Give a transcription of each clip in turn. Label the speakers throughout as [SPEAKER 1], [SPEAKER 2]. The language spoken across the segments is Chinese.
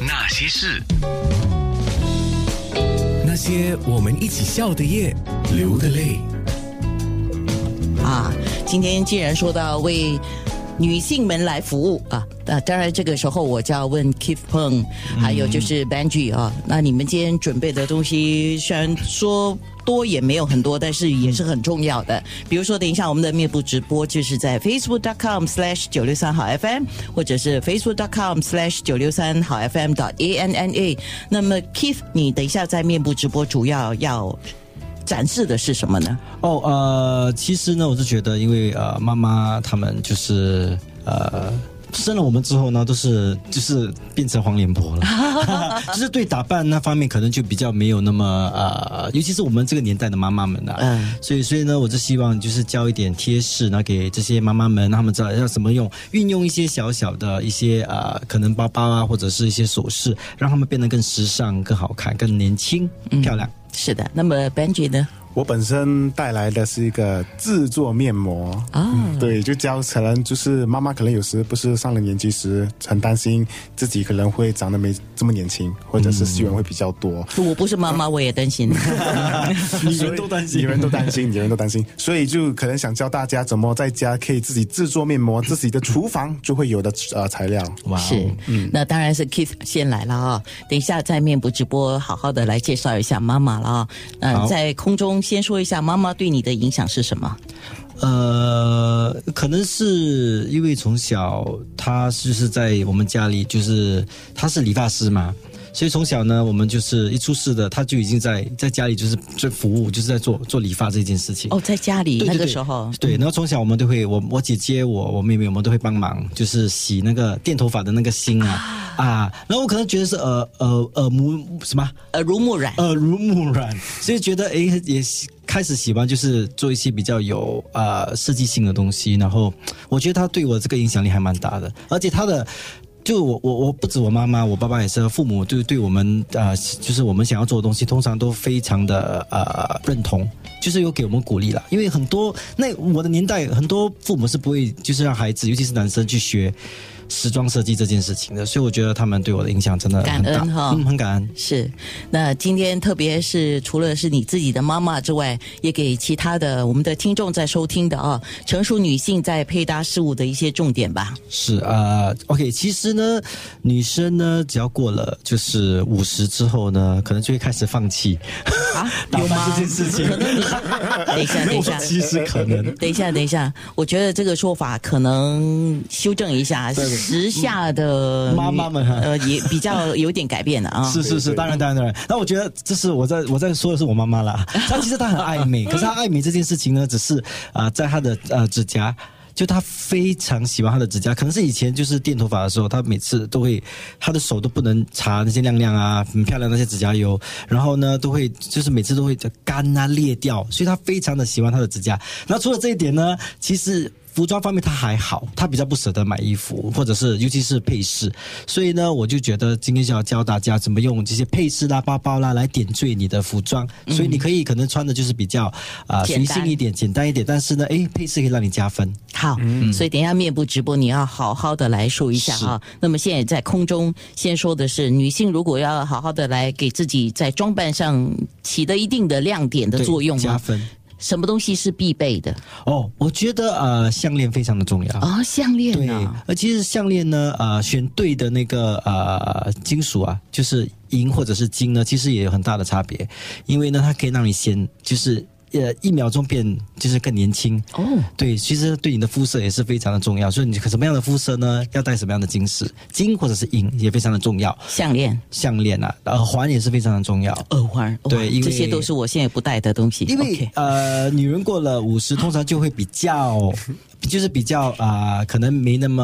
[SPEAKER 1] 那些事，
[SPEAKER 2] 那些我们一起笑的夜，流的泪。
[SPEAKER 3] 啊，今天既然说到为女性们来服务啊，啊，当然这个时候我就要问 Keith Peng，还有就是 Benji 啊，那你们今天准备的东西虽然说。多也没有很多，但是也是很重要的。比如说，等一下我们的面部直播就是在 facebook.com/slash 九六三好 FM，或者是 facebook.com/slash 九六三好 FM 的 a n n a。那么 Keith，你等一下在面部直播主要要展示的是什么呢？
[SPEAKER 4] 哦，呃，其实呢，我是觉得，因为呃，妈妈她们就是呃。生了我们之后呢，都是就是变成黄脸婆了， 就是对打扮那方面可能就比较没有那么呃，尤其是我们这个年代的妈妈们啊，
[SPEAKER 3] 嗯
[SPEAKER 4] 所以所以呢，我就希望就是教一点贴士，然后给这些妈妈们，让她们知道要怎么用，运用一些小小的一些呃，可能包包啊，或者是一些首饰，让她们变得更时尚、更好看、更年轻、
[SPEAKER 3] 嗯
[SPEAKER 4] 漂亮。
[SPEAKER 3] 是的，那么 Benji 呢？
[SPEAKER 5] 我本身带来的是一个制作面膜
[SPEAKER 3] 啊
[SPEAKER 5] 嗯对，就教可能就是妈妈可能有时不是上了年纪时，很担心自己可能会长得没这么年轻，或者是细纹会比较 多，
[SPEAKER 3] 我不是妈妈，我也担心。
[SPEAKER 4] 你们都担
[SPEAKER 5] 女
[SPEAKER 4] 心，
[SPEAKER 5] 人都担心，女 人都担心，所以就可能想教大家怎么在家可以自己制作面膜，自己的厨房就会有的呃材料。
[SPEAKER 4] 哇哦
[SPEAKER 3] 是，那当然是 Keith 先来了啊、等一下在面部直播好好的来介绍一下妈妈了啊、嗯、
[SPEAKER 4] 好
[SPEAKER 3] 在空中先说一下妈妈对你的影响是什么？
[SPEAKER 4] 呃，可能是因为从小他就是在我们家里，就是他是理发师嘛，所以从小呢，我们就是一出世的，他就已经在在家里就是在服务，就是在做做理发这件事情。
[SPEAKER 3] 哦，在家里
[SPEAKER 4] 对
[SPEAKER 3] 那
[SPEAKER 4] 对
[SPEAKER 3] 个
[SPEAKER 4] 对
[SPEAKER 3] 时候，
[SPEAKER 4] 对，然后从小我们都会，我我姐姐、我我妹妹，我们都会帮忙，就是洗那个电头发的那个芯啊啊。然后我可能觉得是耳耳耳目什么啊
[SPEAKER 3] 耳濡目染。
[SPEAKER 4] 耳濡目染，所以觉得诶也喜开始喜欢就是做一些比较有呃设计性的东西，然后我觉得他对我这个影响力还蛮大的，而且他的。就我我我不止我妈妈，我爸爸也是，父母对对我们呃，就是我们想要做的东西，通常都非常的呃认同，就是有给我们鼓励了。因为很多那我的年代，很多父母是不会就是让孩子，尤其是男生去学时装设计这件事情的，所以我觉得他们对我的影响真的很大，
[SPEAKER 3] 感恩哈
[SPEAKER 4] 嗯，很感恩。
[SPEAKER 3] 是，那今天特别是除了是你自己的妈妈之外，也给其他的我们的听众在收听的啊，成熟女性在配搭事物的一些重点吧。
[SPEAKER 4] 是啊、呃、，OK，其实呢，女生呢，只要过了就是五十之后呢，可能就会开始放弃
[SPEAKER 3] 啊，
[SPEAKER 4] 打扮这件事情。
[SPEAKER 3] 等一下，
[SPEAKER 4] 没
[SPEAKER 3] 等
[SPEAKER 4] 有
[SPEAKER 3] 一
[SPEAKER 4] 说
[SPEAKER 3] 下，
[SPEAKER 4] 其实可能。
[SPEAKER 3] 等一下，等一下，我觉得这个说法可能修正一下，
[SPEAKER 4] 对对
[SPEAKER 3] 时下的
[SPEAKER 4] 妈妈们哈
[SPEAKER 3] 呃，也比较有点改变了啊。
[SPEAKER 4] 是是是，当然当然当然。那我觉得这是我在我在说的是我妈妈啦。她其实她很爱美，可是她爱美这件事情呢，只是啊、呃在她的呃指甲。就她非常喜欢她的指甲，可能是以前就是垫头发的时候，她每次都会，她的手都不能擦那些亮亮啊、很漂亮的那些指甲油，然后呢都会就是每次都会干啊裂掉，所以她非常的喜欢她的指甲。然后除了这一点呢，其实服装方面他还好，他比较不舍得买衣服，或者是尤其是配饰，所以呢，我就觉得今天就要教大家怎么用这些配饰啦、包包啦来点缀你的服装，所以你可以可能穿的就是比较啊、呃
[SPEAKER 3] 简单
[SPEAKER 4] 随性一点、简单一点，但是呢，诶，配饰可以让你加分。
[SPEAKER 3] 好，所以等一下面部直播你要好好的来说一下啊。那么现在在空中先说的是，女性如果要好好的来给自己在装扮上起了一定的亮点的
[SPEAKER 4] 对
[SPEAKER 3] 作用
[SPEAKER 4] 加
[SPEAKER 3] 吗？
[SPEAKER 4] 分
[SPEAKER 3] 什么东西是必备的
[SPEAKER 4] 哦，我觉得呃，项链非常的重要。
[SPEAKER 3] 啊、项链
[SPEAKER 4] 对
[SPEAKER 3] 啊，，
[SPEAKER 4] 而其实项链呢，呃，选对的那个呃金属啊，就是银或者是金呢，其实也有很大的差别，因为呢，它可以让你显就是呃一秒钟变就是更年轻。
[SPEAKER 3] 哦，
[SPEAKER 4] 对，其实对你的肤色也是非常的重要，所以你什么样的肤色呢，要戴什么样的金饰，金或者是银也非常的重要。
[SPEAKER 3] 项链、
[SPEAKER 4] 项链啊，耳环也是非常的重要。
[SPEAKER 3] 耳环，哇
[SPEAKER 4] 对因
[SPEAKER 3] 这
[SPEAKER 4] 为
[SPEAKER 3] 些都是我现在不戴的东西。
[SPEAKER 4] 因为
[SPEAKER 3] OK
[SPEAKER 4] 呃，女人过了五十，通常就会比较， 就是比较啊、呃可能没那么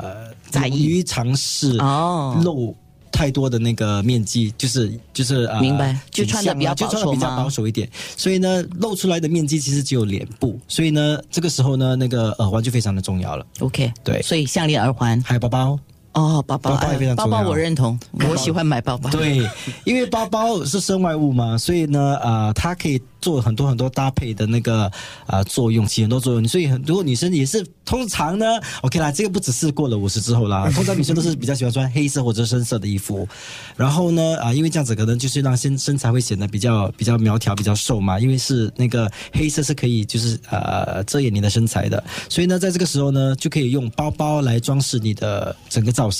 [SPEAKER 4] 呃
[SPEAKER 3] 在意
[SPEAKER 4] 勇于尝试
[SPEAKER 3] 哦
[SPEAKER 4] 露太多的那个面积，就是就是呃，
[SPEAKER 3] 明白就
[SPEAKER 4] 景
[SPEAKER 3] 穿得
[SPEAKER 4] 象啊
[SPEAKER 3] 比较
[SPEAKER 4] 就
[SPEAKER 3] 保
[SPEAKER 4] 穿得
[SPEAKER 3] 守
[SPEAKER 4] 比较
[SPEAKER 3] 嘛
[SPEAKER 4] 保守一点，所以呢，露出来的面积其实只有脸部，所以呢，这个时候呢，那个耳环就非常的重要了，
[SPEAKER 3] OK，
[SPEAKER 4] 对
[SPEAKER 3] 所以项链、耳环，
[SPEAKER 4] 还有包包。
[SPEAKER 3] 哦，包包，
[SPEAKER 4] 包包也
[SPEAKER 3] 哎
[SPEAKER 4] 非常
[SPEAKER 3] 包
[SPEAKER 4] 重要
[SPEAKER 3] 包我认 同，我喜欢买包 包。，
[SPEAKER 4] 对，因为包包是身外物嘛，所以呢，呃，它可以做很多很多搭配的那个呃作用，起很多作用。所以很，如果女生也是通常呢，OK 啦，这个不只是过了五十之后 啦，通常女生都是比较喜欢穿黑色或者深色的衣服。然后呢，啊、因为这样子可能就是让身身材会显得比较比较苗条、比较瘦嘛，因为是那个黑色是可以就是呃遮掩你的身材的，所以呢，在这个时候呢，就可以用包包来装饰你的整个造型。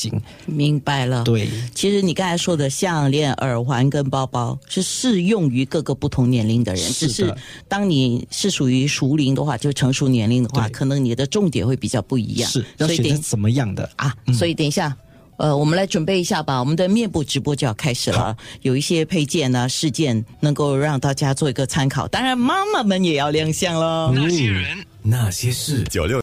[SPEAKER 3] 明白了。
[SPEAKER 4] 对，
[SPEAKER 3] 其实你刚才说的项链、耳环跟包包是适用于各个不同年龄的人，
[SPEAKER 4] 是的
[SPEAKER 3] 只是当你是属于熟龄的话，就成熟年龄的话，
[SPEAKER 4] 对
[SPEAKER 3] 可能你的重点会比较不一样。
[SPEAKER 4] 是要
[SPEAKER 3] 所
[SPEAKER 4] 嗯
[SPEAKER 3] 以
[SPEAKER 4] 选择
[SPEAKER 3] 等
[SPEAKER 4] 怎么样的？
[SPEAKER 3] 啊，所以等一下。呃，我们来准备一下吧，我们的面部直播就要开始了，啊有一些配件呢、事件能够让大家做一个参考，当然妈妈们也要亮相喽。
[SPEAKER 2] 那些事，
[SPEAKER 1] 九六。